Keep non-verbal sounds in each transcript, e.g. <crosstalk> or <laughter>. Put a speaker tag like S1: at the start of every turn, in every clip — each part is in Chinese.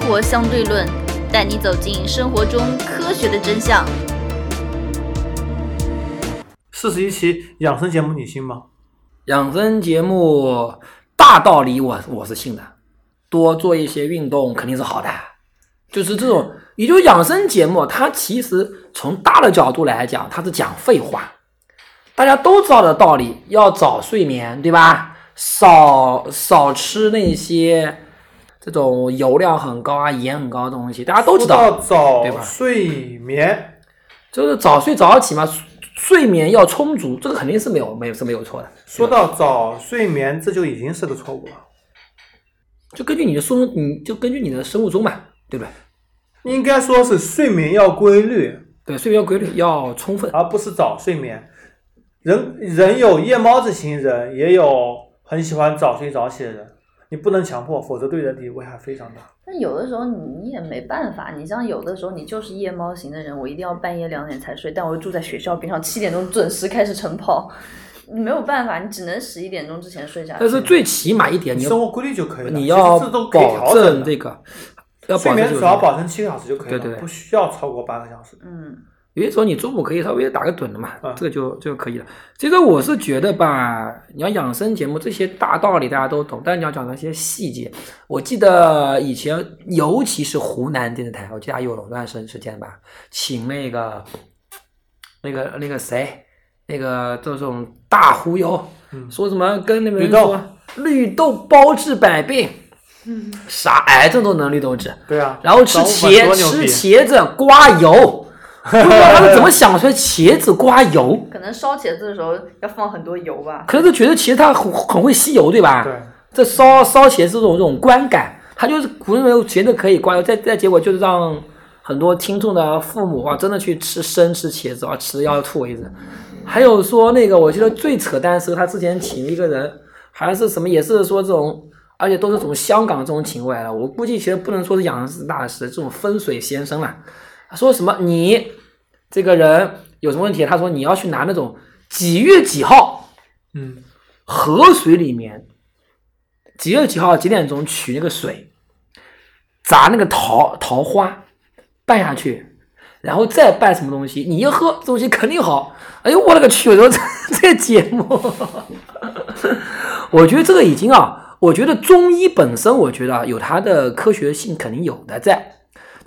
S1: 活相对论》，带你走进生活中科学的真相。
S2: 四十一期养生节目，你信吗？
S3: 养生节目大道理我我是信的，多做一些运动肯定是好的。就是这种，也就养生节目，它其实从大的角度来讲，它是讲废话。大家都知道的道理，要早睡眠，对吧？少少吃那些这种油量很高啊、盐很高的东西，大家都知道。
S2: 说到早
S3: 吧
S2: 睡眠，
S3: 就是早睡早起嘛，睡睡眠要充足，这个肯定是没有没有是没有错的。
S2: 说到早睡眠，这就已经是个错误了。
S3: 就根据你的生，你就根据你的生物钟嘛，对不对？
S2: 应该说是睡眠要规律，
S3: 对，睡眠规律要充分。
S2: 而不是早睡眠。人人有夜猫子型人，也有很喜欢早睡早起的人，你不能强迫，否则对人体危害非常大。
S1: 但有的时候你也没办法，你像有的时候你就是夜猫型的人，我一定要半夜两点才睡，但我又住在学校边上，七点钟准时开始晨跑，你没有办法，你只能十一点钟之前睡下去。
S3: 但是最起码一点，
S2: 你
S3: 你
S2: 生
S3: 要
S2: 活规律就可以了，
S3: 你
S2: 其
S3: 要
S2: 实这都可以
S3: 保
S2: 调整
S3: 证
S2: 的。
S3: 这个，要
S2: 睡
S3: 保证
S2: 眠
S3: 这
S2: 只
S3: 个
S2: 要保证七个小时就可以了，
S3: 对对对
S2: 不需要超过八个小时。
S1: 嗯，
S3: 有些时候你中午可以稍微打个盹的嘛，
S2: 嗯
S3: 这个就这个可以了。其实我是觉得吧，你要养生节目这些大道理大家都懂，但你要讲那些细节，我记得以前尤其是湖南电视台，我记得还有段时时间吧，请那个那个那个谁，那个这种大忽悠，
S2: 嗯
S3: 说什么跟那边
S2: 绿豆
S3: 说绿豆包治百病，啥癌症都能绿豆治。
S2: 对啊，
S3: 然后吃
S2: 早午晚
S3: 茄
S2: 多牛
S3: 吃
S2: 逼
S3: 茄子刮油，不知道他们怎么想出来茄子刮油，
S1: 可能烧茄子的时候要放很多油吧。
S3: 可能是觉得茄子它很很会吸油，对吧？
S2: 对，
S3: 这烧烧茄子这种这种观感，他就是古人认为茄子可以刮油，再再结果就是让很多听众的父母啊，真的去吃生吃茄子啊，吃的要吐为止。还有说那个，我记得最扯淡的是他之前请一个人，好像是什么，也是说这种，而且都是从香港这种请过来的。我估计其实不能说是养生大师，这种风水先生啦、他说什么你这个人有什么问题？他说你要去拿那种几月几号
S2: 嗯，
S3: 河水里面几月几号几点钟取那个水，砸那个桃桃花拌下去，然后再拌什么东西，你一喝这东西肯定好。哎呦我勒个去！我说这这节目， <laughs> 我觉得这个已经啊，我觉得中医本身，我觉得啊有它的科学性肯定有的在，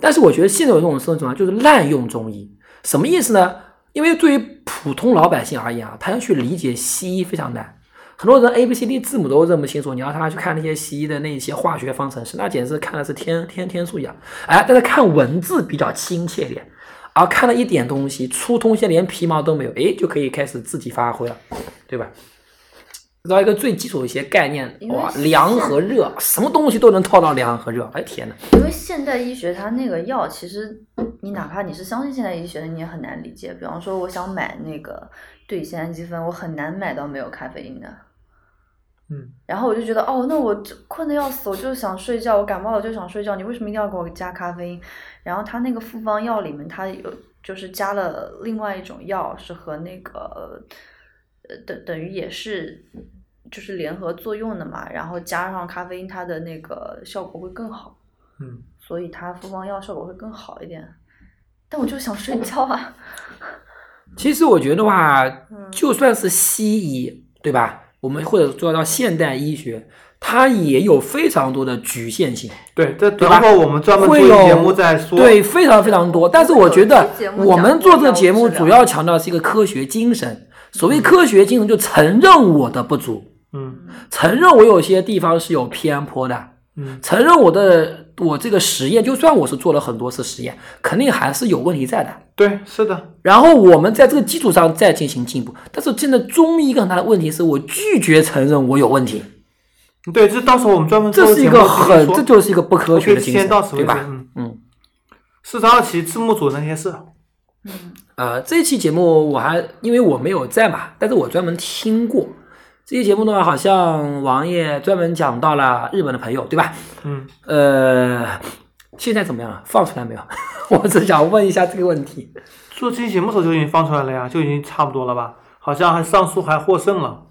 S3: 但是我觉得现在有这种生存啊，就是滥用中医，什么意思呢？因为对于普通老百姓而言啊，他要去理解西医非常难。很多人 A B C D 字母都认不清楚，你让他去看那些西医的那些化学方程式，那简直看的是天天天书一样。哎，但是看文字比较亲切点，而看了一点东西，初通些连皮毛都没有，哎，就可以开始自己发挥了，对吧？知道一个最基础的一些概念，
S1: 因为
S3: 哇，
S1: 是
S3: 凉和热，什么东西都能套到凉和热，哎天哪！
S1: 因为现代医学它那个药，其实你哪怕你是相信现代医学的，你也很难理解。比方说，我想买那个对乙酰氨基酚，我很难买到没有咖啡因的。
S2: 嗯。
S1: 然后我就觉得，哦，那我这困得要死，我就是想睡觉，我感冒了就想睡觉，你为什么一定要给我加咖啡因？然后它那个复方药里面，它有就是加了另外一种药，是和那个呃等等于也是就是联合作用的嘛，然后加上咖啡因，它的那个效果会更好。
S2: 嗯，
S1: 所以它复方药效果会更好一点。但我就想睡觉啊。 <laughs>
S3: 其实我觉得话，
S1: 嗯
S3: 就算是西医，对吧？我们或者说到现代医学，它也有非常多的局限性，
S2: 对，这
S3: 对
S2: 等
S3: 吧
S2: 会儿我们专门做
S3: 会
S2: 一
S3: 有
S2: 节目再说。
S3: 对，非常非常多。但是我觉得我们做这个节目主要强调是一个科学精神。所谓科学精神，就承认我的不足，
S2: 嗯
S3: 承认我有些地方是有偏颇的，
S2: 嗯，
S3: 承认我的我这个实验，就算我是做了很多次实验，肯定还是有问题在的。
S2: 对，是的，
S3: 然后我们在这个基础上再进行进步。但是现在中医一个很大的问题是我拒绝承认我有问题，
S2: 对，这到时候我们专门做
S3: 这是一
S2: 节目
S3: 个
S2: 继续
S3: 很，
S2: 说
S3: 这就是一个不科学的
S2: OK，
S3: 精神
S2: 先到，此为
S3: 对
S2: 止。
S3: 吧？
S2: 嗯，
S3: 嗯，
S2: 四十二期字幕组那些事，
S1: 嗯，
S3: 呃，这期节目我还因为我没有在嘛，但是我专门听过这期节目的话，好像王爷专门讲到了日本的朋友，对吧？
S2: 嗯，
S3: 呃，现在怎么样了？放出来没有？ <laughs> 我只想问一下这个问题。
S2: 做这期节目的时候就已经放出来了呀，就已经差不多了吧？好像还上诉还获胜了。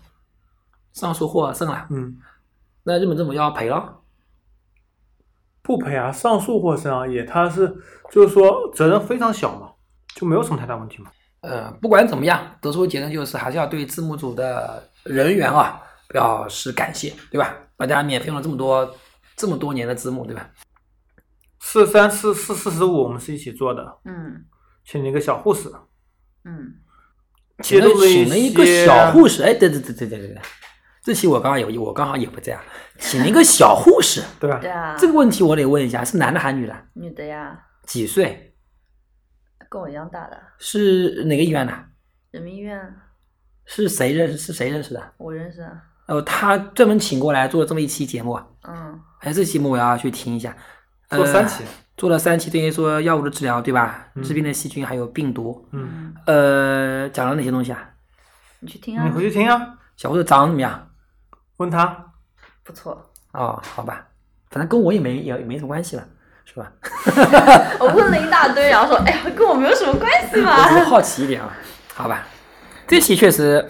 S3: 上述获胜了，
S2: 嗯，
S3: 那日本政府要赔了？
S2: 不赔啊，上诉或申啊，也他是就是说责任非常小嘛，就没有什么太大问题嘛。
S3: 呃，不管怎么样，得出的结论就是还是要对字幕组的人员啊表示感谢，对吧？大家免费用了这么多这么多年的字幕，对吧？
S2: 四三四四四十五我们是一起做的，
S1: 嗯
S2: 请了一个小护士，
S1: 嗯，
S2: 接
S3: 请
S2: 触
S3: 了
S2: 了一
S3: 请了一个
S2: 些
S3: 小护士，哎，对对对对对对对，这期我刚刚有我刚好也不在啊，请了一个小
S2: <laughs>
S3: 护士，
S2: 对吧
S1: 对？啊，
S3: 这个问题我得问一下，是男的还是女的？
S1: 女的呀，
S3: 几岁？
S1: 跟我一样大的，
S3: 是哪个医院的？
S1: 人民医院
S3: 是谁认识？是谁认识的？
S1: 我认识啊，
S3: 呃，他专门请过来做了这么一期节目啊，
S1: 嗯
S3: 哎，这期节目我要去听一下。
S2: 做
S3: 呃
S2: 三期，
S3: 做了三期，对于说药物的治疗，对吧？
S2: 嗯
S3: 治病的细菌还有病毒，
S2: 嗯，，
S3: 呃，讲了哪些东西啊？
S1: 你去听啊
S2: 你，回去听啊，
S3: 小护士长得怎么样？
S2: 问他，
S1: 不错，
S3: 哦，好吧，反正跟我也没也也没什么关系了，是吧？
S1: 我问了一大堆，然后说，哎呀，跟我没有什么关系嘛
S3: 我， <laughs> 只是好奇一点啊，好吧。这期确实，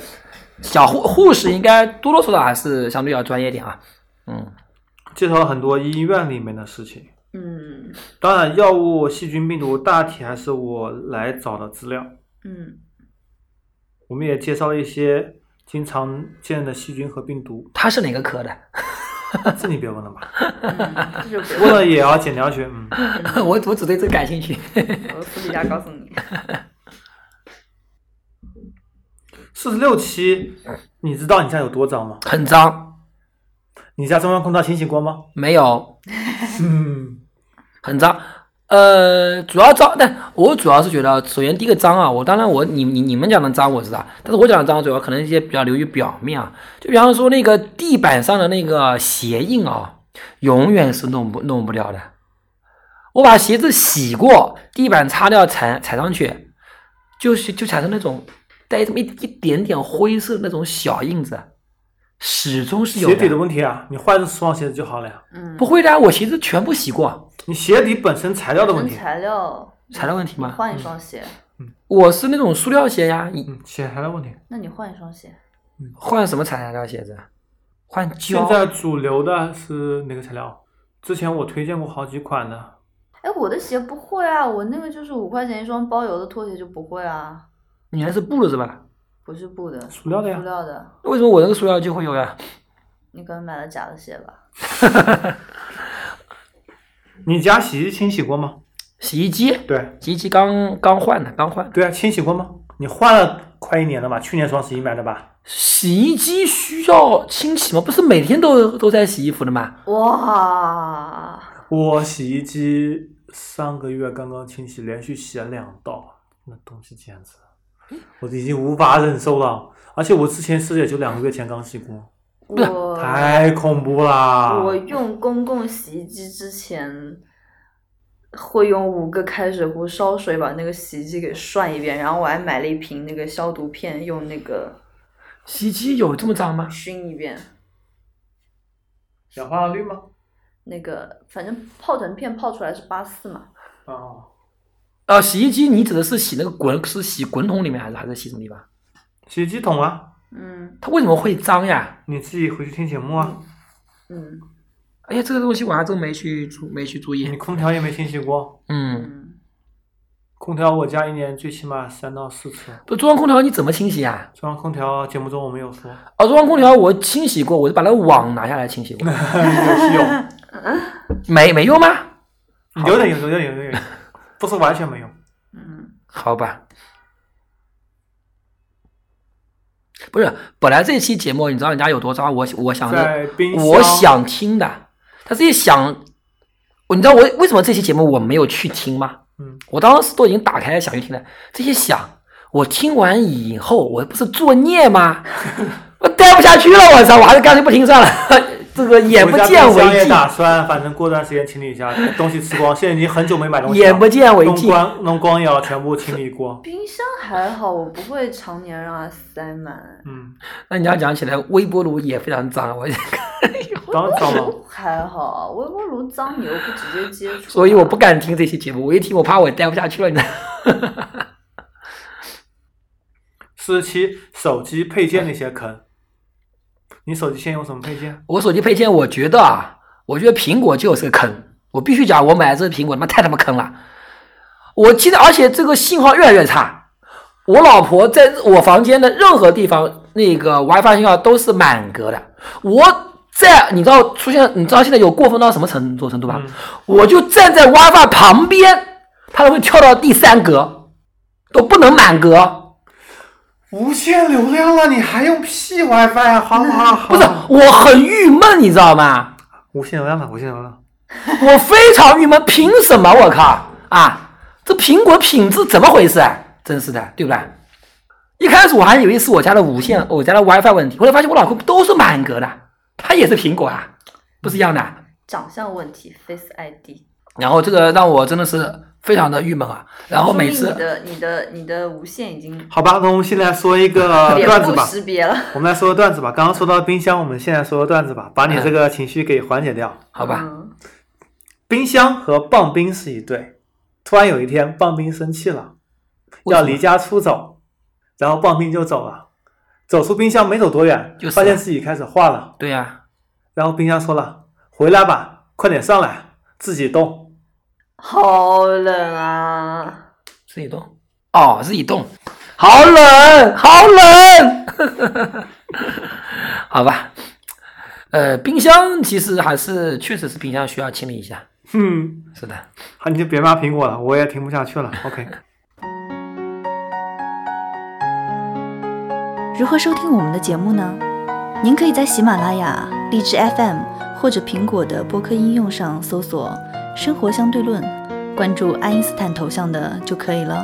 S3: 小护护士应该多多少少还是相对要专业点啊。嗯，，
S2: 介绍了很多医院里面的事情。
S1: 嗯
S2: 当然，药物、细菌、病毒大体还是我来找的资料。
S1: 嗯
S2: 我们也介绍了一些经常见的细菌和病毒
S3: 他是哪个科的？ <laughs>
S2: 这你别问了吧，
S1: 嗯，这就别
S2: 问了也要简聊学。嗯，
S3: 我我只对这个感兴趣。
S1: 我私底下告诉你，
S2: 四十六期，你知道你家有多脏吗？
S3: 很脏，
S2: 你家中央空调清洗过吗？
S3: 没有
S2: 嗯，
S3: 很脏。呃，主要脏，但我主要是觉得，首先第一个脏啊，我当然我你你你们讲的脏我知道，但是我讲的脏主要可能一些比较流于表面啊，就比方说那个地板上的那个鞋印啊，永远是弄不弄不掉的。我把鞋子洗过，地板擦掉踩踩上去，就是就产生那种带这么一一点点灰色的那种小印子，始终是有
S2: 鞋底的问题啊，你换一双鞋子就好了呀。
S1: 嗯，
S3: <laughs> 不会的啊，我鞋子全部洗过，
S2: 你鞋底本身材料的问
S1: 跟
S2: 题，
S1: 材料
S3: 材料问题吗？
S1: 换一双鞋，
S3: 我是那种塑料鞋呀，你
S2: 嗯，鞋材料问题。
S1: 那你换一双鞋，
S3: 换什么材料鞋子？换
S2: 现
S3: 胶。
S2: 在主流的是哪个材料？之前我推荐过好几款的，
S1: 哎，我的鞋不会啊，我那个就是五块钱一双包邮的拖鞋就不会啊，
S3: 你还是布的是吧？
S1: 不是布的，
S2: 塑料的呀
S1: 塑料的，
S3: 为什么我那个塑料就会有呀？
S1: 你可能买了假的鞋吧？
S2: 你家洗衣机清洗过吗？
S3: 洗衣机，
S2: 对，
S3: 洗衣机刚刚换的，刚换的。
S2: 对啊，清洗过吗？你换了快一年了吧？去年双十一买的吧？
S3: 洗衣机需要清洗吗？不是每天都都在洗衣服的吗？
S1: 哇，
S2: 我洗衣机上个月刚刚清洗，连续洗了两道，那东西简直，我已经无法忍受了。而且我之前是也就两个月前刚洗过，
S3: 是
S1: 我
S2: 太恐怖
S3: 啊
S2: 啦！
S1: 我用公共洗衣机之前，会用五个开水壶烧水把那个洗衣机给涮一遍，然后我还买了一瓶那个消毒片，用那个
S3: 洗衣机有这么脏吗？
S1: 熏一遍。
S2: 氧化氯吗？
S1: 那个反正泡腾片泡出来是八四嘛，
S2: 啊，
S3: 啊，洗衣机你指的是洗那个滚，是洗滚筒里面还是还是洗什么地方？
S2: 洗衣机桶啊，
S1: 嗯
S3: 它为什么会脏呀？
S2: 你自己回去听节目啊。
S1: 嗯
S3: 哎呀，这个东西我还真没去注没去注
S2: 你
S3: 意。
S2: 空调也没清洗过，
S3: 嗯，
S1: 嗯，
S2: 空调我家一年最起码三到四次。
S3: 不，中央空调你怎么清洗啊？
S2: 中央空调节目中我们有
S3: <laughs>
S2: 说，
S3: 哦，中央空调我清洗过，我就把那个网拿下来清洗
S2: <laughs>
S3: 过，
S2: 有是有。
S3: 没没用吗？
S2: 有点用，有点用，有点用，不是完全没用。
S1: 嗯
S3: 好吧，不是，本来这期节目你知道人家有多糟，我我想着
S2: 在冰箱，
S3: 我想听的，但是一想，我你知道我为什么这期节目我没有去听吗？
S2: 嗯，
S3: 我当时都已经打开想去听了，这些想我听完以后，我不是作孽吗？ <laughs> 我待不下去了，我操，我还是干脆不听算了，这个眼不
S2: 我家
S3: 见
S2: 冰箱
S3: 为
S2: 也
S3: 净，
S2: 打算，反正过段时间清理一下，东西吃光。现在已经很久没买东西了，
S3: 眼不见为
S2: 弄
S3: 净。
S2: 光弄光也要全部清理过。
S1: 冰箱还好，我不会常年让它塞满。
S2: 嗯，
S3: 那你要讲起来，微波炉也非常脏，我。
S2: 当然脏了。
S1: 还好，啊微波炉脏你又不直接接触，
S3: 所以我不敢听这期节目，我一听我怕我待不下去了，你知道吗。
S2: 四十七，手机配件那些坑，你手机现在用什么配件？
S3: 我手机配件，我觉得啊，我觉得苹果就是个坑，我必须讲，我买这个苹果他妈太他妈坑了。我记得，而且这个信号越来越差。我老婆在我房间的任何地方，那个 WiFi 信号都是满格的。我在你知道出现，你知道现在有过分到什么程度程度吧？我就站在 WiFi 旁边，它都会跳到第三格，都不能满格。
S2: 无限流量了，你还用屁 WiFi 啊？好好好，
S3: 不是，我很郁闷，你知道吗？
S2: 无限流量了，无限流量。
S3: 我非常郁闷，凭什么？我靠啊！这苹果品质怎么回事啊？真是的，对不对？一开始我还以为是我家的无线，我家的 WiFi 问题，后来发现我老公都是满格的，他也是苹果啊，不是一样的。
S1: 长相问题，Face ID。
S3: 然后这个让我真的是非常的郁闷啊。然后
S1: 说
S3: 每
S1: 明
S3: 次
S1: 你的你的你的无线已经
S2: 好吧，那我们现在说一
S3: <laughs> 啊
S2: 个
S1: 脸
S2: 段子
S1: 部
S2: 吧。
S1: 识别了。
S2: 我们来说个段子吧。刚刚说到冰箱，我们现在说个段子吧，把你
S3: 嗯
S2: 这个情绪给缓解掉。
S3: 好吧，
S1: 嗯
S2: 冰箱和棒冰是一对，突然有一天，棒冰生气了，
S3: 为
S2: 要
S3: 什么
S2: 离家出走，然后棒冰就走了。走出冰箱没走多远
S3: 就，死
S2: 发现
S3: 了
S2: 自己开始化了。
S3: 对呀、
S2: 然后冰箱说了：“回来吧，快点上来，自己动。
S1: 好冷啊！
S3: 自己动哦，自己动，好冷，好冷， <laughs> 好吧。呃，冰箱其实还是确实是冰箱需要清理一下，”
S2: 哼，
S3: 是的。
S2: 好，你就别骂苹果了，我也听不下去了。OK，
S4: 如何收听我们的节目呢？您可以在喜马拉雅、荔枝 FM 或者苹果的播客应用上搜索“生活相对论”，关注爱因斯坦头像的就可以了。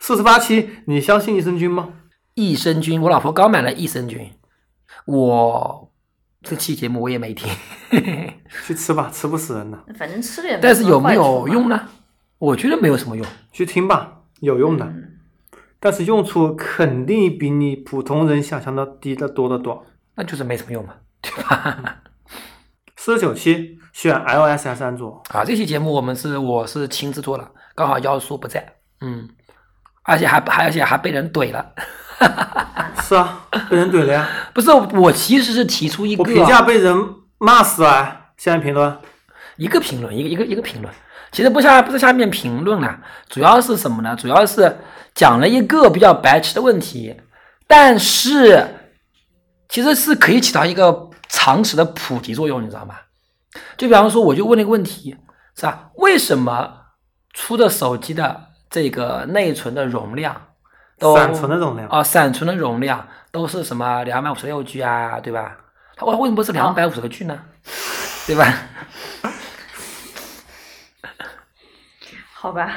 S2: 四十八期，你相信益生菌吗？
S3: 益生菌，我老婆刚买了益生菌，我这期节目我也没听，
S2: 去吃吧，吃不死人的。
S1: 反正吃了也没
S3: 但是
S1: 什么
S3: 有没
S1: 坏处
S3: 有
S1: 嘛
S3: 用？呢？我觉得没有什么用。
S2: 去听吧，有用的，
S1: 嗯
S2: 但是用处肯定比你普通人想象的低得多得多。
S3: 那就是没什么用嘛，对吧？
S2: 四十九期选 iOS 还是安卓？
S3: 啊，这期节目我们是我是亲自做了，刚好妖叔不在，嗯，而且还还而且还被人怼了，
S2: 是啊，被人怼了呀，
S3: 不是我其实是提出 <laughs> 一
S2: 我
S3: 个
S2: 评价被人骂死啊！下面评论，
S3: 一个评论，一个一个一个评论。其实不下不是下面评论啦，主要是什么呢？主要是讲了一个比较白痴的问题，但是其实是可以起到一个常识的普及作用，你知道吗？就比方说，我就问了一个问题，是吧？为什么出的手机的这个内存的容量都
S2: 闪存的容量，
S3: 啊，闪存的容量都是什么两百五十六 G 啊，对吧？它为为什么不是两百五十个 G 呢？对吧？
S1: 好吧，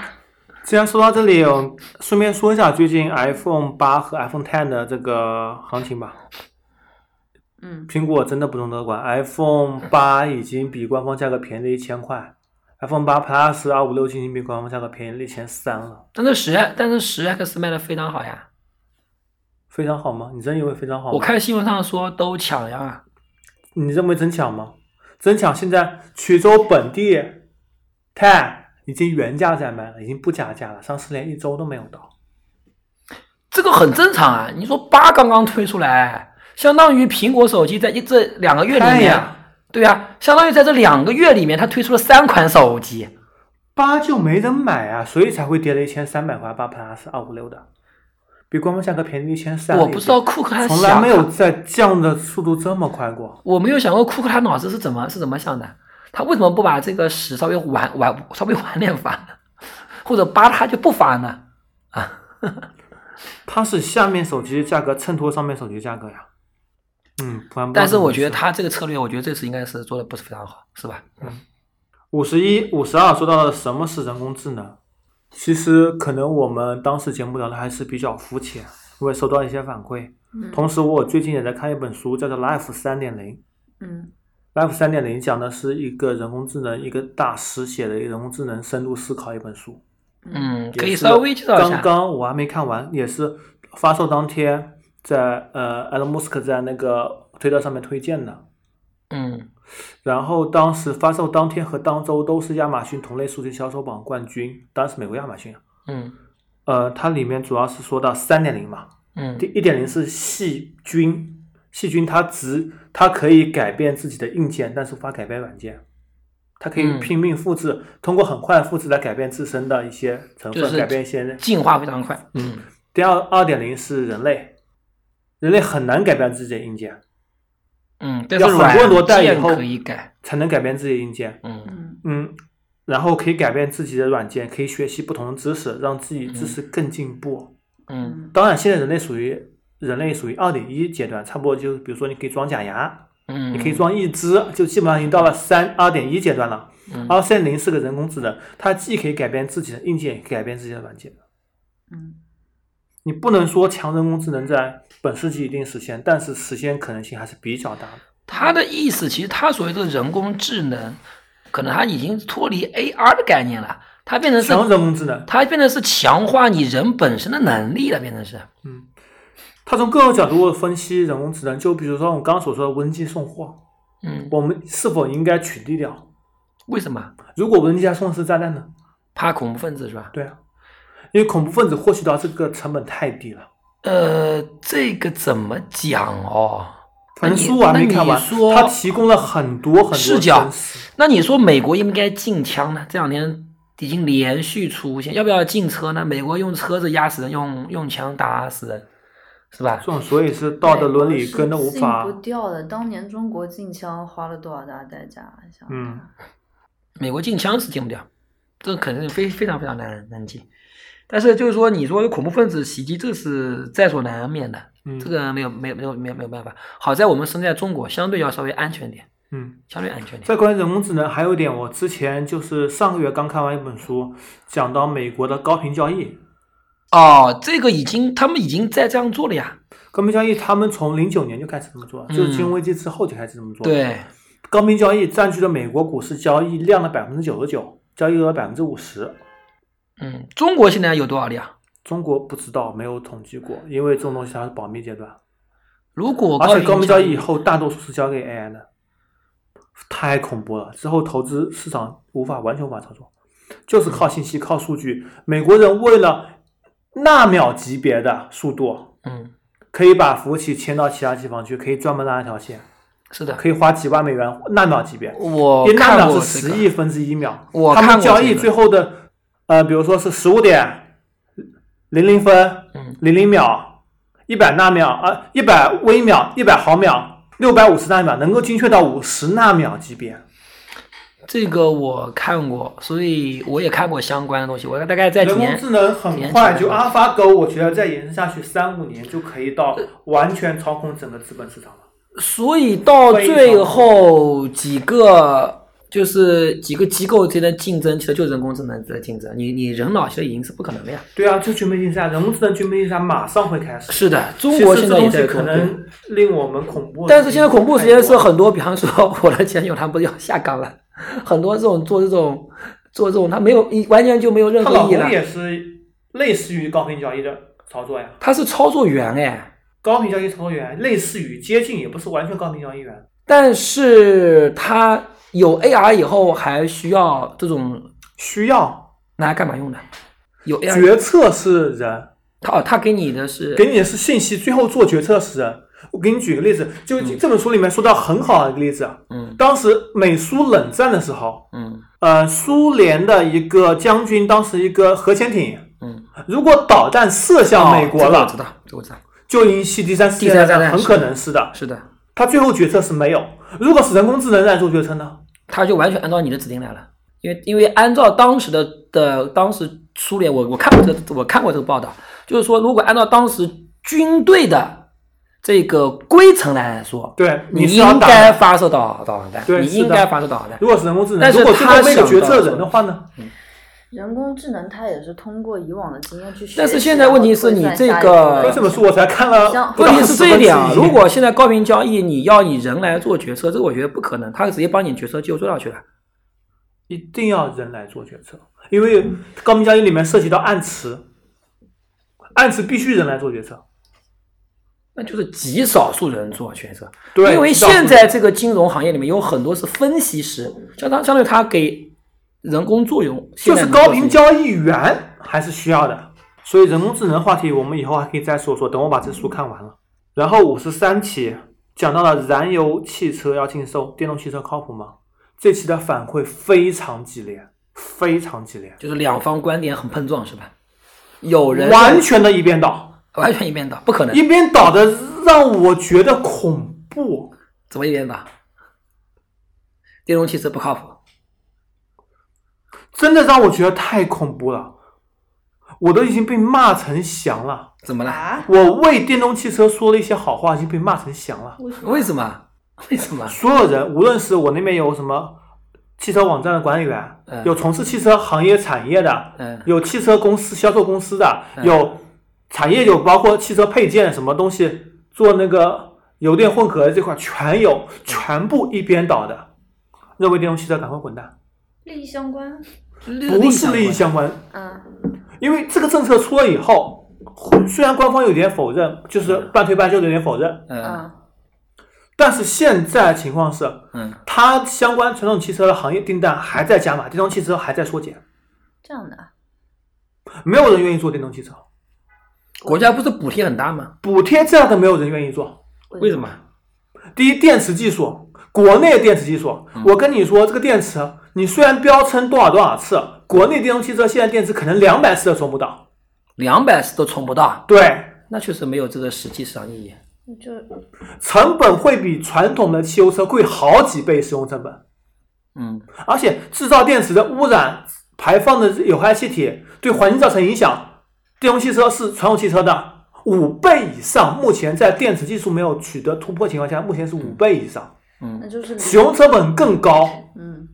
S2: 既然说到这里，我顺便说一下最近 iPhone 八和 iPhone Ten 的这个行情吧。
S1: 嗯，
S2: 苹果真的不用多管，iPhone 八已经比官方价格便宜了一千块，iPhone 八 Plus 二五六已经比官方价格便宜了一千三了，
S3: 但是十但是十 X 卖的非常好呀，
S2: 非常好吗？你真以为非常好吗？
S3: 我看新闻上说都抢呀，
S2: 你认为真抢吗？真抢现在衢州本地 Ten 已经原价在卖了，已经不加价了，上市连一周都没有到。
S3: 这个很正常啊。你说八刚刚推出来，相当于苹果手机在一这两个月里
S2: 看
S3: 面
S2: 呀，
S3: 对啊，相当于在这两个月里面，它推出了三款手机。
S2: 八就没人买啊，所以才会跌了一千三百块八 Plus 二五六的，比官方价格便宜一千三。
S3: 我不知道库克他
S2: 从来没有
S3: 想，
S2: 在降的速度这么快过。
S3: 我没有想过库克他脑子是怎么是怎么想的，他为什么不把这个十稍微晚晚稍微晚点发呢？ <laughs> 或者八他就不发呢？
S2: 它是下面手机价格衬托上面手机价格呀。嗯，不然不知道
S3: 但是
S2: 怎么
S3: 我
S2: 回
S3: 觉得
S2: 事
S3: 他这个策略，我觉得这次应该是做的不是非常好，是吧？
S2: 五十一、五十二说到了什么是人工智能？其实可能我们当时节目聊的还是比较肤浅，我也收到一些反馈。
S1: 嗯
S2: 同时，我最近也在看一本书，叫做《Life 三点零》。
S1: 嗯
S2: Life 三点零讲的是一个人工智能，一个大师写的一个人工智能深度思考一本书。
S3: 嗯，可以
S2: 也是
S3: 稍微介绍一下。
S2: 刚刚我还没看完，也是发售当天在呃 Elon Musk 在那个推特上面推荐的。
S3: 嗯
S2: 然后当时发售当天和当周都是亚马逊同类数据销售榜冠军，当时美国亚马逊啊。
S3: 嗯
S2: 呃，它里面主要是说到三点零嘛，
S3: 嗯
S2: 第一点零是细菌细菌它只它可以改变自己的硬件，但是无法改变软件。它可以
S3: 嗯
S2: 拼命复制，通过很快的复制来改变自身的一些成分，
S3: 就是
S2: 改变一些。
S3: 进化非常快。嗯，
S2: 第二二点零是人类，人类很难改变自己的硬件，
S3: 嗯，但是
S2: 要很多很多代以
S3: 软件
S2: 后
S3: 可以改，
S2: 才能改变自己的硬件。
S3: 嗯，
S1: 嗯，
S2: 嗯，然后可以改变自己的软件，可以学习不同的知识，让自己知识更进步。
S3: 嗯
S2: 当然，现在人类属于人类属于二点一阶段，差不多就是比如说你可以装假牙，
S3: 嗯，
S2: 你可以装一只，就基本上已经到了三二点一阶段了。
S3: 嗯
S2: 二三零是个人工智能，它既可以改变自己的硬件，也可以改变自己的软件。
S1: 嗯，
S2: 你不能说强人工智能在本世纪一定实现，但是实现可能性还是比较大的。
S3: 他的意思，其实他所谓的人工智能，可能他已经脱离 AR 的概念了，它变成是
S2: 强人工智能，
S3: 它变成是强化你人本身的能力了，变成是，
S2: 它从各个角度分析人工智能，就比如说我刚刚所说的无人机送货，
S3: 嗯，
S2: 我们是否应该取缔掉？
S3: 为什么
S2: 如果无人机还送的是炸弹呢？
S3: 怕恐怖分子是吧？
S2: 对啊，因为恐怖分子获取到这个成本太低了。
S3: 呃，这个怎么讲哦？
S2: 反正书我还没看完
S3: 那你说，
S2: 它提供了很多很多
S3: 视角
S2: 真实
S3: 那你说美国应不应该禁枪呢？这两天已经连续出现，要不要禁车呢？美国用车子压死人，用用枪打死人，是吧
S2: 这？种，所以是道德伦理跟的无法
S1: 美国是。禁不掉的。当年中国禁枪花了多少大代价？想想
S2: 嗯
S3: 美国禁枪是禁不掉，这肯定非非常非常难难禁。但是就是说，你说有恐怖分子袭击，这是在所难免的，
S2: 嗯，
S3: 这个没有没有没有没有没有办法。好在我们身在中国，相对要稍微安全点，
S2: 嗯，
S3: 相对安全点。
S2: 在关于人工智能还有一点，我之前就是上个月刚看完一本书，讲到美国的高频交易。
S3: 哦，这个已经他们已经在这样做了呀。
S2: 高频交易，他们从零九年就开始这么做了，就是金融危机之后就开始这么做。，
S3: 嗯对，
S2: 高频交易占据了美国股市交易量的百分之九十九，交易额百分之五十。
S3: 嗯，中国现在有多少例啊？
S2: 中国不知道，没有统计过，因为这种东西它是保密阶段，
S3: 如果
S2: 而且
S3: 频
S2: 高密交易以
S3: 易
S2: 后大多数是交给 AI 的，太恐怖了。之后投资市场无法完全无法操作，就是靠信息、靠数据。美国人为了纳秒级别的速度，
S3: 嗯，
S2: 可以把服务器迁到其他地方去，可以专门拉一条线，
S3: 是的，
S2: 可以花几万美元纳秒级别，
S3: 我
S2: 一纳
S3: 看
S2: 秒
S3: 过
S2: 是
S3: 这
S2: 十
S3: 个，
S2: 亿分之一秒。
S3: 我
S2: 他
S3: 看
S2: 们
S3: 过
S2: 交
S3: 这
S2: 易
S3: 个
S2: 最后的，呃，比如说是十五点零零分
S3: 嗯，
S2: 零零秒，一百纳秒啊，一百微秒，一百毫秒，六百五十纳秒，能够精确到五十纳秒级别。
S3: 这个我看过，所以我也看过相关的东西。我大概在几
S2: 人工
S3: 年
S2: 智能很快就阿尔法狗，我觉得再延伸下去三五年就可以到
S3: 呃
S2: 完全操控整个资本市场了。
S3: 所以到最后几个就是几个机构之间的竞争，其实就是人工智能在竞争。你你人脑其实已经是不可能的呀。
S2: 对啊，就全面竞赛，人工智能全面竞赛马上会开始。
S3: 是的，中
S2: 其
S3: 国
S2: 实
S3: 现
S2: 这
S3: 在也
S2: 东西
S3: 在
S2: 可
S3: 做。对
S2: 能令我们恐怖的东西太多了，
S3: 但是现在恐怖时间是很多，比方说 <laughs> 我的前友他们不是要下岗了，很多这种做这种做这种，他没有完全就没有任
S2: 她
S3: 何
S2: 老
S3: 意义
S2: 公
S3: 了。
S2: 也是类似于高频交易的操作呀，
S3: 他是操作员哎，
S2: 高频交易操作员类似于接近，也不是完全高频交易员。
S3: 但是他有 AR 以后还需要这种
S2: 需要
S3: 拿来干嘛用的？有 AR，
S2: 决策是人，
S3: 他哦，他给你的是
S2: 给你的是信息，最后做决策是人。我给你举个例子，就这本书里面说到很好的一个例子，啊
S3: 嗯
S2: 当时美苏冷战的时候，
S3: 嗯
S2: 呃，苏联的一个将军，当时一个核潜艇，
S3: 嗯，
S2: 如果导弹射向美国
S3: 哦
S2: 了，
S3: 这个我知道，这个我知道，
S2: 就引起第三次
S3: 第
S2: 世界
S3: 三
S2: 大
S3: 次大
S2: 战，
S3: 战
S2: 很
S3: 是
S2: 可
S3: 的
S2: 能是的。
S3: 是的，
S2: 他最后决策是没有，如果是人工智能来做决策呢？
S3: 他就完全按照你的指令来了，因为因为按照当时的的当时苏联，我我看过这我看过这个报道，就是说如果按照当时军队的这个规程来说，
S2: 对，
S3: 你
S2: 是要
S3: 应
S2: 打
S3: 该发射导导弹，
S2: 对
S3: 你
S2: 是的
S3: 应该发射导弹，
S2: 如果是人工智能，
S3: 但是
S2: 如果最后
S3: 他
S2: 那个
S3: 想
S2: 决
S3: 到
S2: 策
S3: 的
S2: 人的话呢？
S1: 人工智能它也是通过以往的经验去学习。
S3: 但是现在问题是你这个
S2: 为
S1: 为
S2: 什么说我才看了
S1: 像
S2: 不到
S3: 问
S2: 10
S3: 题
S2: 分
S3: 是
S2: 之一？
S3: 这一点啊，如果现在高频交易，你要以人来做决策，这个我觉得不可能，他直接帮你决策就做下去了。
S2: 一定要人来做决策，因为高频交易里面涉及到暗词，暗词必须人来做决策。
S3: 那就是极少数人做决策，
S2: 对，
S3: 因为
S2: 知道吗
S3: 现在这个金融行业里面有很多是分析师，相当相当于他给人工作用，
S2: 就是高频交易员还是需要的。所以人工智能话题，我们以后还可以再说说。等我把这书看完了，然后五十三期讲到了燃油汽车要禁售，电动汽车靠谱吗？这期的反馈非常激烈，非常激烈，
S3: 就是两方观点很碰撞，是吧？有人
S2: 完全的一边倒，
S3: 完全一边倒，不可能，
S2: 一边倒的让我觉得恐怖。
S3: 怎么一边倒？电动汽车不靠谱，
S2: 真的让我觉得太恐怖了，我都已经被骂成翔了。
S3: 怎么了？
S1: 啊？
S2: 我为电动汽车说了一些好话，已经被骂成翔了。
S1: 为什么？
S3: 为什么？为什么？
S2: 所有人，无论是我那边有什么汽车网站的管理员，
S3: 嗯
S2: 有从事汽车行业产业的，
S3: 嗯
S2: 有汽车公司、销售公司的，
S3: 嗯
S2: 有产业有包括汽车配件什么东西做那个油电混合这块全有，全部一边倒的，认为电动汽车赶快滚蛋，
S1: 利益相关？
S2: 不是利益相关，
S1: 嗯，
S2: 因为这个政策出了以后，虽然官方有点否认，就是半推半就的有点否认，
S3: 嗯
S1: 嗯，
S2: 但是现在情况是，
S3: 嗯，
S2: 它相关传统汽车的行业订单还在加码，电动汽车还在缩减，
S1: 这样的啊。
S2: 没有人愿意做电动汽车，
S3: 国家不是补贴很大吗？
S2: 补贴这样的没有人愿意做。
S3: 为什？么？
S2: 第一，电池技术，国内的电池技术，我跟你说，这个电池啊你虽然标称多少多少次，国内电动汽车现在电池可能两百次都充不到。
S3: 两百次都充不到，
S2: 对，
S3: 那确实没有这个实际市场意义。
S1: 就
S2: 成本会比传统的汽油车贵好几倍使用成本，
S3: 嗯，
S2: 而且制造电池的污染排放的有害气体对环境造成影响，电动汽车是传统汽车的五倍以上。目前在电池技术没有取得突破情况下，目前是五倍以上，
S1: 那就是
S2: 使用成本更高。
S1: 嗯，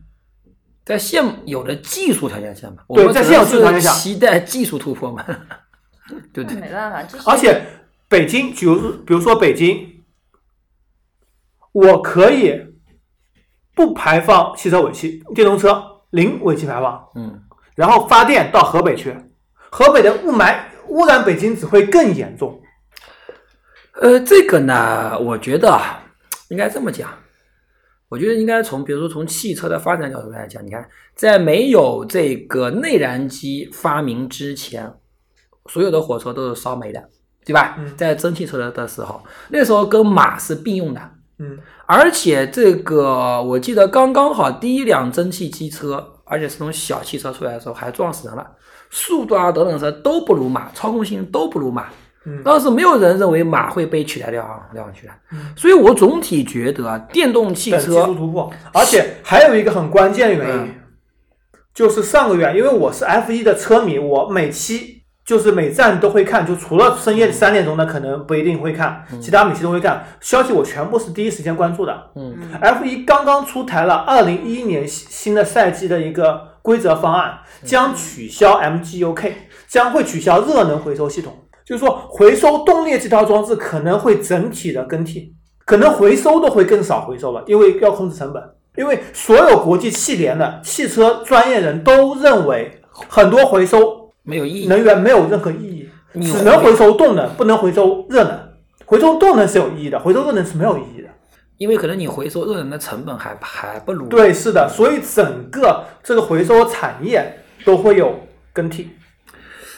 S3: 在现有的技术条件下嘛，我
S2: 对
S3: 们
S2: 在
S3: 只
S2: 现有
S3: 能
S2: 技术条件
S3: 是
S2: 下
S3: 期待技术突破嘛， <laughs> 对不
S1: 那
S3: 对？
S1: 没办法，这是
S3: 啊
S2: 而且北京，比如比如说北京，我可以不排放汽车尾气，电动车零尾气排放，
S3: 嗯，
S2: 然后发电到河北去，河北的雾霾污染北京只会更严重。
S3: 呃，这个呢，我觉得啊，应该这么讲，我觉得应该从比如说从汽车的发展角度来讲，你看，在没有这个内燃机发明之前，所有的火车都是烧煤的，对吧？
S2: 嗯
S3: 在蒸汽车的的时候，那时候跟马是并用的，
S2: 嗯，
S3: 而且这个我记得刚刚好第一辆蒸汽机车，而且是从小汽车出来的时候还撞死人了，速度啊等等车都不如马，操控性都不如马。
S2: 嗯
S3: 当时没有人认为马会被取代掉啊掉上去的
S2: 嗯，
S3: 所以我总体觉得啊，电动汽
S2: 等技术
S3: 车，
S2: 突破，而且还有一个很关键的原因，就是上个月，因为我是 F 1的车迷，我每期就是每站都会看，就除了深夜三点钟的可能不一定会看，其他每期都会看，消息我全部是第一时间关注的。
S3: 嗯
S2: F 1刚刚出台了二零一一年新新的赛季的一个规则方案，将取消 MGUK，将会取消热能回收系统，就是说回收动力这套装置可能会整体的更替，可能回收都会更少回收了，因为要控制成本。因为所有国际汽联的汽车专业人都认为，很多回收
S3: 没有意义。
S2: 能源没有任何意义，
S3: 你
S2: 只能回收动能，不能回收热能。回收动能是有意义的，回收热能是没有意义的。
S3: 因为可能你回收热能的成本还还不如
S2: 对，是的，所以整个这个回收产业都会有更替，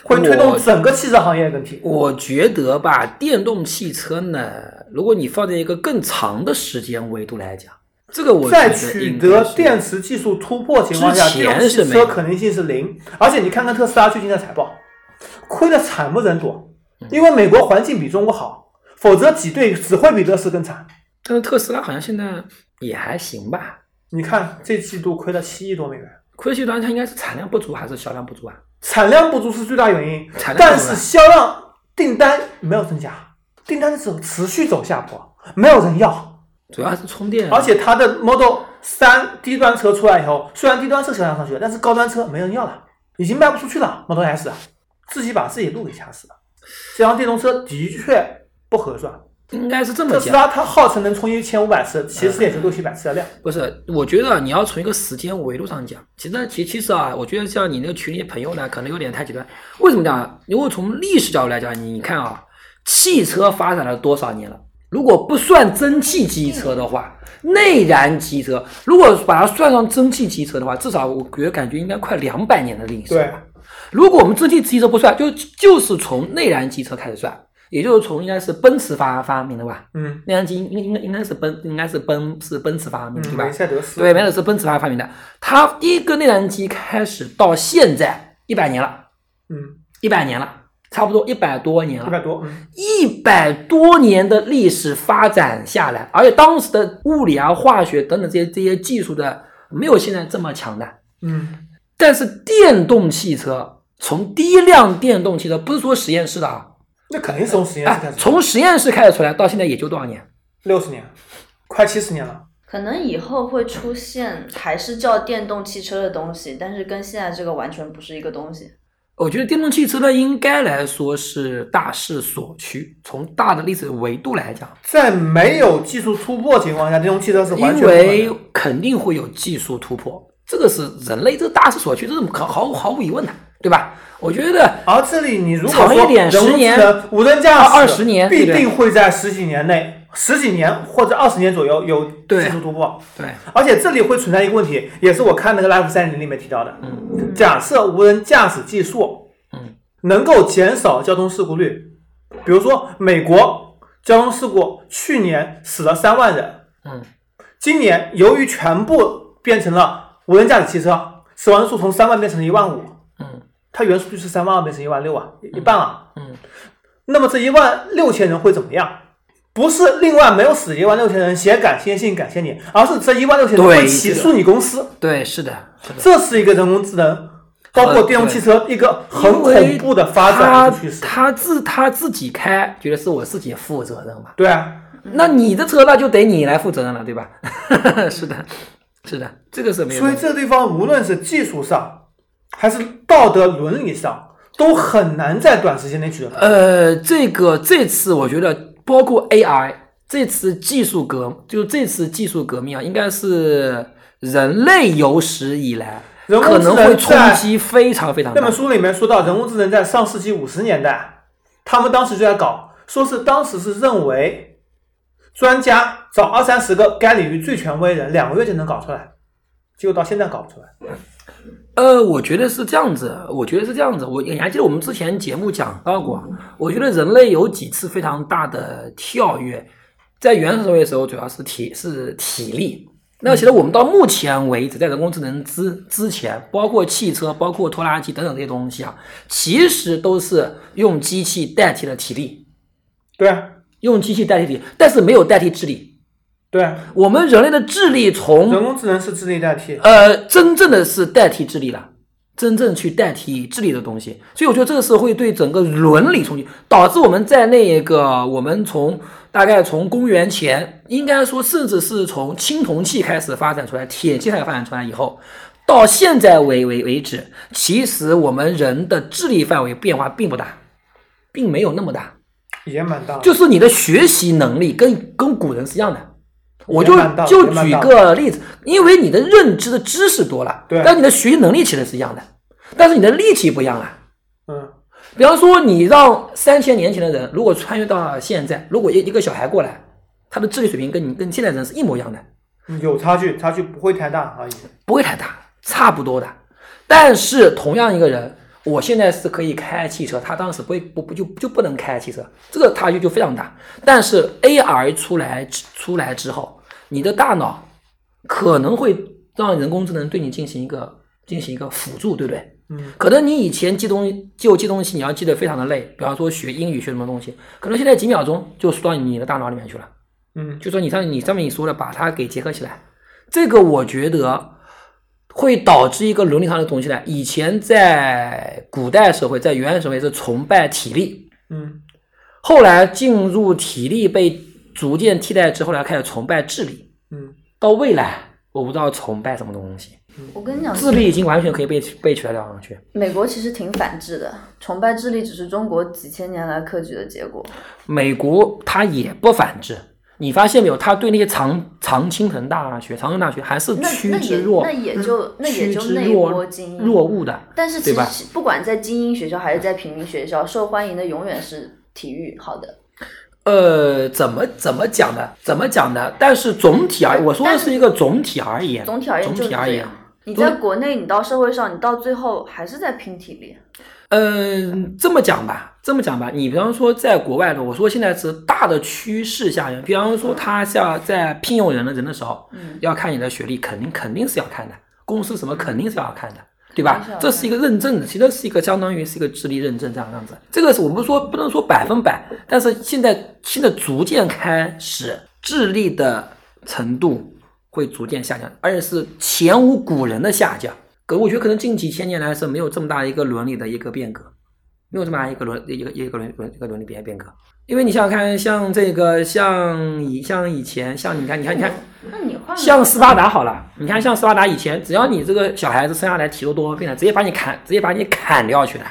S2: 会推动
S3: 我
S2: 整个汽车行业更替。
S3: 我觉得吧，电动汽车呢，如果你放在一个更长的时间维度来讲，这个我
S2: 在
S3: 觉得
S2: 取
S3: 应
S2: 得
S3: 该是
S2: 电池技术突破情况下，
S3: 之前
S2: 电动
S3: 是
S2: 汽
S3: 没有
S2: 车可能性是零。而且你看看特斯拉最近的财报，亏的惨不忍睹，
S3: 嗯
S2: 因为美国环境比中国好，否则挤兑只会比乐视更惨。
S3: 但是特斯拉好像现在也还行吧。
S2: 你看这季度亏了七亿多美元，
S3: 亏集团它应该是产量不足还是销量不足啊？
S2: 产量不足是最大原因
S3: 产，量
S2: 但
S3: 不足
S2: 是
S3: 啊
S2: 销量订单没有增加，订单走持续走下坡，没有人要。
S3: 主要是充电
S2: <laughs>
S3: 啊，
S2: 而且它的 Model 三低端车出来以后，虽然低端车销量上去了，但是高端车没人要了，已经卖不出去了。Model S 啊自己把自己路给掐死了。这辆电动车的确不合算。
S3: 应该是这么
S2: 特斯
S3: 讲。
S2: 拉它号称能充一千五百次，其实也就六七百次的量。
S3: 不是，我觉得你要从一个时间维度上讲，其实其其实啊，我觉得像你那个群里朋友呢，可能有点太极端。为什么讲啊？如果从历史角度来讲，你看啊，汽车发展了多少年了？如果不算蒸汽机车的话，内燃机车，如果把它算上蒸汽机车的话，至少我觉得感觉应该快两百年的历史了吧。如果我们蒸汽机车不算，就就是从内燃机车开始算，也就是从应该是奔驰发发明的吧？
S2: 嗯，
S3: 内燃机应应应该应该是奔应该是奔是奔驰发嗯明的对吧
S2: 梅？赛德斯，
S3: 对，梅赛德斯奔驰发发明的。它第一个内燃机开始到现在一百年了，
S2: 嗯，
S3: 一百年了，差不多一百多年
S2: 一百
S3: 了，
S2: 多，嗯，
S3: 一百多年的历史发展下来，而且当时的物理啊、化学等等这些这些技术的没有现在这么强的。
S2: 嗯，
S3: 但是电动汽车从第一辆电动汽车，不是说实验室的啊，
S2: 那肯定是从实验室开
S3: 哎
S2: 始，，
S3: 从实验室开始出来到现在也就多少年？
S2: 六十年，快七十年了，
S1: 可能以后会出现还是叫电动汽车的东西，但是跟现在这个完全不是一个东西。
S3: 我觉得电动汽车呢，应该来说是大势所趋。从大的历史维度来讲，
S2: 在没有技术突破情况下，电动汽车是完全
S3: 因
S2: 不可能的
S3: 为肯定会有技术突破，这个是人类这个大势所趋，这是毫毫无毫无疑问的，对吧？我觉得
S2: 而这里你如果
S3: 长一
S2: 说
S3: 点
S2: 人
S3: 10
S2: 工智
S3: 年
S2: 能、无人驾驶
S3: 二20年
S2: 必
S3: 对
S2: 定会在十几年内、十几年或者二十年左右有
S3: 对
S2: 技术突破。
S3: 对，
S2: 而且这里会存在一个问题，也是我看那个 Life 三零里面提到的。假设无人驾驶技术，
S3: 嗯，
S2: 能够减少交通事故率，比如说美国交通事故去年死了三万人，
S3: 嗯，
S2: 今年由于全部变成了无人驾驶汽车，死亡人数从三万变成了一万五。
S3: 嗯
S2: 它原数据是三万二变成一万六啊，一半啊。
S3: 嗯，
S2: 那么这一万六千人会怎么样？不是另外没有死一万六千人写感谢信感谢你，而是这一万六千人
S3: 对
S2: 会起诉你公司，
S3: 对，是的，是的。
S2: 这是一个人工智能，包括电动汽
S3: 呃
S2: 车一个很恐怖的发展
S3: 他
S2: 的趋势。
S3: 他自他自己开，觉得是我自己负责任嘛？
S2: 对啊，
S3: 那你的车那就得你来负责任了，对吧？ <laughs> 是的，是的，这个是没有
S2: 所以
S3: 问题。
S2: 这个地方无论是技术上，还是道德伦理上，都很难在短时间内取得。
S3: 呃，这个这次我觉得包括 AI 这次技术革，就这次技术革命啊，应该是人类有史以来
S2: 人工
S3: 可
S2: 智
S3: 能
S2: 能
S3: 会冲
S2: 在
S3: 击非常非常
S2: 那
S3: 大
S2: 本。书里面说到，人工智能在上世纪五十年代，他们当时就在搞，说是当时是认为专家找二三十个该领域最权威人，两个月就能搞出来，结果到现在搞不出来。
S3: 呃，我觉得是这样子，我觉得是这样子。我你还记得我们之前节目讲到过，我觉得人类有几次非常大的跳跃，在原始社会的时候，主要是体是体力。那其实我们到目前为止，在人工智能之之前，包括汽车、包括拖拉机等等这些东西啊，其实都是用机器代替了体力，
S2: 对啊，
S3: 用机器代替体力，但是没有代替智力。
S2: 对啊，
S3: 我们人类的智力从
S2: 人工智能是智力代替。
S3: 呃，真正的是代替智力了，真正去代替智力的东西。所以我觉得这个是会对整个伦理冲击，导致我们在那个我们从大概从公元前，应该说甚至是从青铜器开始发展出来，铁器开始发展出来以后。到现在为为为止，其实我们人的智力范围变化并不大，并没有那么大。
S2: 也蛮大的，
S3: 就是你的学习能力跟跟古人是一样的。我就
S2: 也蛮大的
S3: 就
S2: 也蛮
S3: 举
S2: 大的
S3: 个例子，因为你的认知的知识多了，
S2: 对
S3: 但你的学习能力其实是一样的，但是你的力气不一样了。
S2: 嗯，
S3: 比方说，你让三千年前的人如果穿越到现在，如果一一个小孩过来，他的智力水平跟你跟现在人是一模一样的，
S2: 嗯有差距，差距不会太大啊而已。
S3: 不会太大，差不多的。但是同样一个人，我现在是可以开汽车，他当时不会不不就就不能开汽车，这个差距就非常大。但是 AR 出来之出来之后，你的大脑可能会让人工智能对你进行一个进行一个辅助，对不对？
S2: 嗯，
S3: 可能你以前记东就记东西，你要记得非常的累，比方说学英语学什么东西，可能现在几秒钟就输到你的大脑里面去了。
S2: 嗯，
S3: 就说你像你上面你说的，把它给结合起来，这个我觉得会导致一个伦理上的东西呢。以前在古代社会，在原始社会是崇拜体力，
S2: 嗯，
S3: 后来进入体力被逐渐替代之后呢，开始崇拜智力。
S2: 嗯，
S3: 到未来，我不知道崇拜什么东西，
S1: 我跟你讲，
S3: 智力已经完全可以被被取代掉上去。
S1: 美国其实挺反智的，崇拜智力只是中国几千年来科举的结果。
S3: 美国它也不反制。你发现没有？他对那些常常青藤大学、常青藤大学还是
S1: 那
S3: 趋
S1: 那也
S3: 之若嗯
S1: 那也就那也
S3: 趋
S1: 就
S3: 之
S1: 那一
S3: 若
S1: 波精英
S3: 若鹜的。
S1: 但是其
S3: 对吧
S1: 实不管在精英学校还是在平民学校，受欢迎的永远是体育好的。
S3: 呃，怎么怎么讲呢？怎么讲呢？但是总体而，我说的是一个总体而言，
S1: 总体而言
S3: 哎总
S1: 就是
S3: 体而
S1: 这
S3: 言
S1: 样，。你
S3: 总
S1: 在国内，你到社会上，你到最后还是在拼体力。
S3: 呃，这么讲吧，这么讲吧，你比方说在国外的，我说现在是大的趋势下，比方说他像在聘用人的人的时候，
S1: 嗯，
S3: 要看你的学历，肯定肯定是要看的，公司什么肯定是要看的，对吧
S1: 肯定是要？看
S3: 这是一个认证的，其实是一个相当于是一个智力认证这样这样子。这个是我们说不能说百分百，但是现在现在逐渐开始智力的程度会逐渐下降，而且是前无古人的下降。可我觉得可能近几千年来是没有这么大一个伦理的一个变革，没有这么大一个伦一个一个伦伦一个伦理变变革。因为你想想看，像这个像以像以前像你看你看你看。
S1: 那你换
S3: 像斯巴达好了，你看像斯巴达以前，只要你这个小孩子生下来体弱多病了，直接把你砍，直接把你砍掉去了，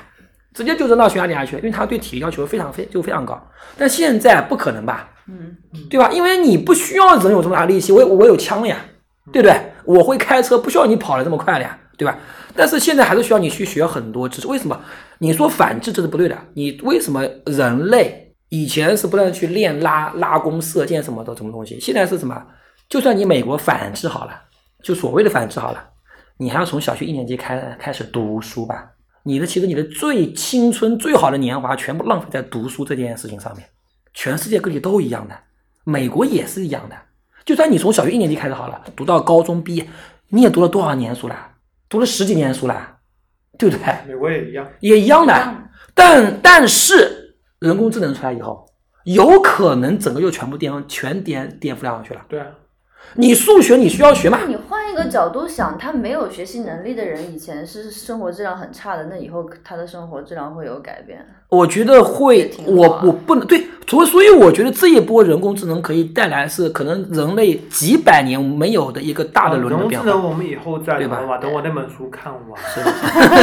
S3: 直接就扔到悬崖底下去了，因为他对体力要求非常非就非常高。但现在不可能吧？
S1: 嗯，
S3: 对吧？因为你不需要人有这么大力气，我有我有枪了呀，对不对？我会开车，不需要你跑得这么快了呀，对吧？但是现在还是需要你去学很多知识。为什么？你说反制这是不对的。你为什么人类以前是不断地去练拉拉弓、射箭什么的什么东西？现在是什么？就算你美国反制好了，就所谓的反制好了，你还要从小学一年级开开始读书吧？你的其实你的最青春、最好的年华，全部浪费在读书这件事情上面。全世界各地都一样的，美国也是一样的。就算你从小学一年级开始好了，读到高中毕业，你也读了多少年书啦？读了十几年书啦，对不对？
S2: 美国也一样，
S3: 也一样
S1: 一
S3: 的
S1: 样的。
S3: 但但是人工智能出来以后，有可能整个就全部颠全颠颠覆掉上去了。
S2: 对啊，
S3: 你数学你需要学嘛
S1: 那？你换一个角度想，他没有学习能力的人，以前是生活质量很差的，那以后他的生活质量会有改变。
S3: 我觉得会
S1: 挺，好
S3: 我
S1: 啊
S3: 我不能对，所以所以我觉得这一波人工智能可以带来是可能人类几百年没有的一个大的
S2: 人
S3: 伦理
S2: 工
S3: 变
S2: 智
S3: 化。
S2: 能我们以后再
S3: 对
S2: 聊
S3: 吧
S2: 吧，等我那本书看完。
S3: <laughs>
S2: <laughs>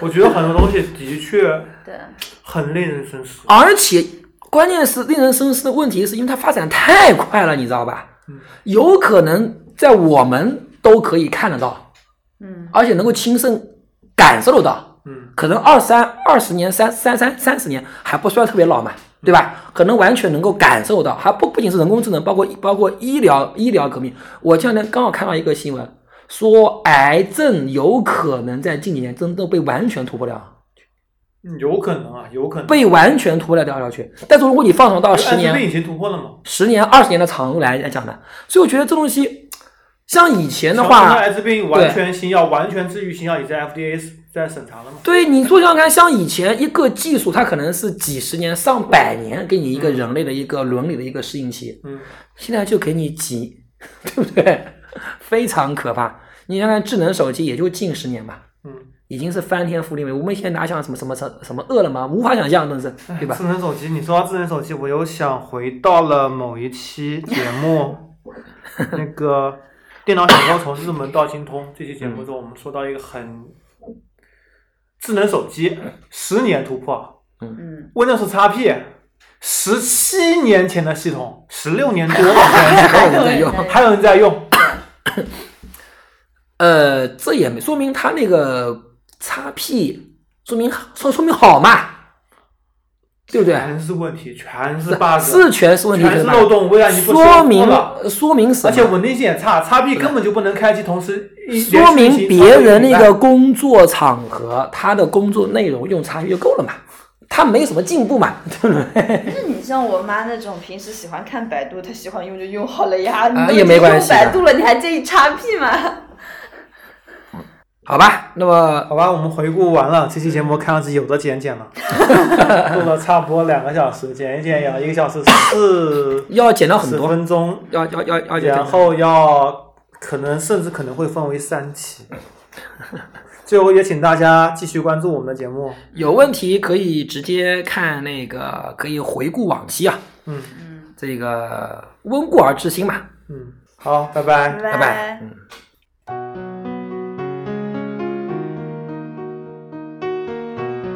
S2: 我觉得很多东西的确
S1: 对，
S2: 很令人深思。
S3: 而且关键是令人深思的问题，是因为它发展太快了，你知道吧
S2: 嗯？
S3: 有可能在我们都可以看得到，
S1: 嗯，
S3: 而且能够亲身感受得到。
S2: 嗯，
S3: 可能二三二十年、三三三三十年还不算特别老嘛，对吧？可能完全能够感受到，还不不仅是人工智能，包括包括医疗医疗革命。我前两天刚好看到一个新闻，说癌症有可能在近几年真正被完全突破掉，
S2: 有可能啊，有可能。
S3: 被完全突破掉掉下去。但是如果你放长到十年
S2: 艾滋，病已经突破了嘛？
S3: 十年、二十年的长度来来讲呢，所以我觉得这东西，像以前的
S2: 强迫症
S3: 话
S2: 艾，滋病完全新药、完全治愈新药已在 FDA 在审查了嘛？
S3: 对你做想想看，像以前一个技术，它可能是几十年、上百年给你一个人类的一个伦理的一个适应期，
S2: 嗯，
S3: 现在就给你几， <laughs> 对不对？非常可怕。你看看智能手机，也就近十年吧，
S2: 嗯，
S3: 已经是翻天覆地了。我们以前哪想什么什么什么什么饿了么，无法想象，真是对吧
S2: 哎智？能手机，你说到智能手机，我又想回到了某一期节
S3: <laughs>
S2: 目，那个电脑小教从入门到精通这期节目中，我们说到一个很智能手机十年突破 <laughs>
S1: 嗯，
S2: ，Windows XP 十七年前的系统，十六年多往
S3: <laughs> <laughs> 还有人在用。
S1: 对
S2: 前还有人在用，
S3: 呃，这也没说明他那个叉 P，说明说说明好嘛，对不对？
S2: 全是问题，全是 bug，
S3: 是全是问
S2: 嗯
S3: 题，
S2: 全是漏洞，微软已经不
S3: 说
S2: 修
S3: 明
S2: 复了。
S3: 说明什
S2: 而
S3: 么？
S2: 且稳定性也差，x P 根本就不能开机，同时一
S3: 说
S2: 连续
S3: 明
S2: 运行
S3: 别人
S2: 超过一个
S3: 那个
S2: 礼拜
S3: 工作场合，他的工作内容用叉 P 就够了嘛，他没什么进步嘛，对不对？
S1: 但是你像我妈那种平时喜欢看百度，她喜欢用就用好了呀，你
S3: 啊
S1: 都
S3: 也没关
S1: 用
S3: 系的
S1: 百度了，你还介意叉 P 吗？
S3: 好吧，那么
S2: 好吧，我们回顾完
S3: 嗯
S2: 了这期节目，看样子有的剪剪了，录了差不多两个小时，剪一剪也要一个小时四
S3: 要减到很
S2: 十
S3: 多，
S2: 分钟，
S3: 要要要要减
S2: 然后要可能甚至可能会分为三
S3: <laughs>
S2: 期。最后也请大家继续关注我们的节目，
S3: 有问题可以直接看那个，可以回顾往期啊，
S2: 嗯
S3: 这个温故而知新嘛，
S2: 嗯，好，拜拜。
S3: 拜拜，嗯。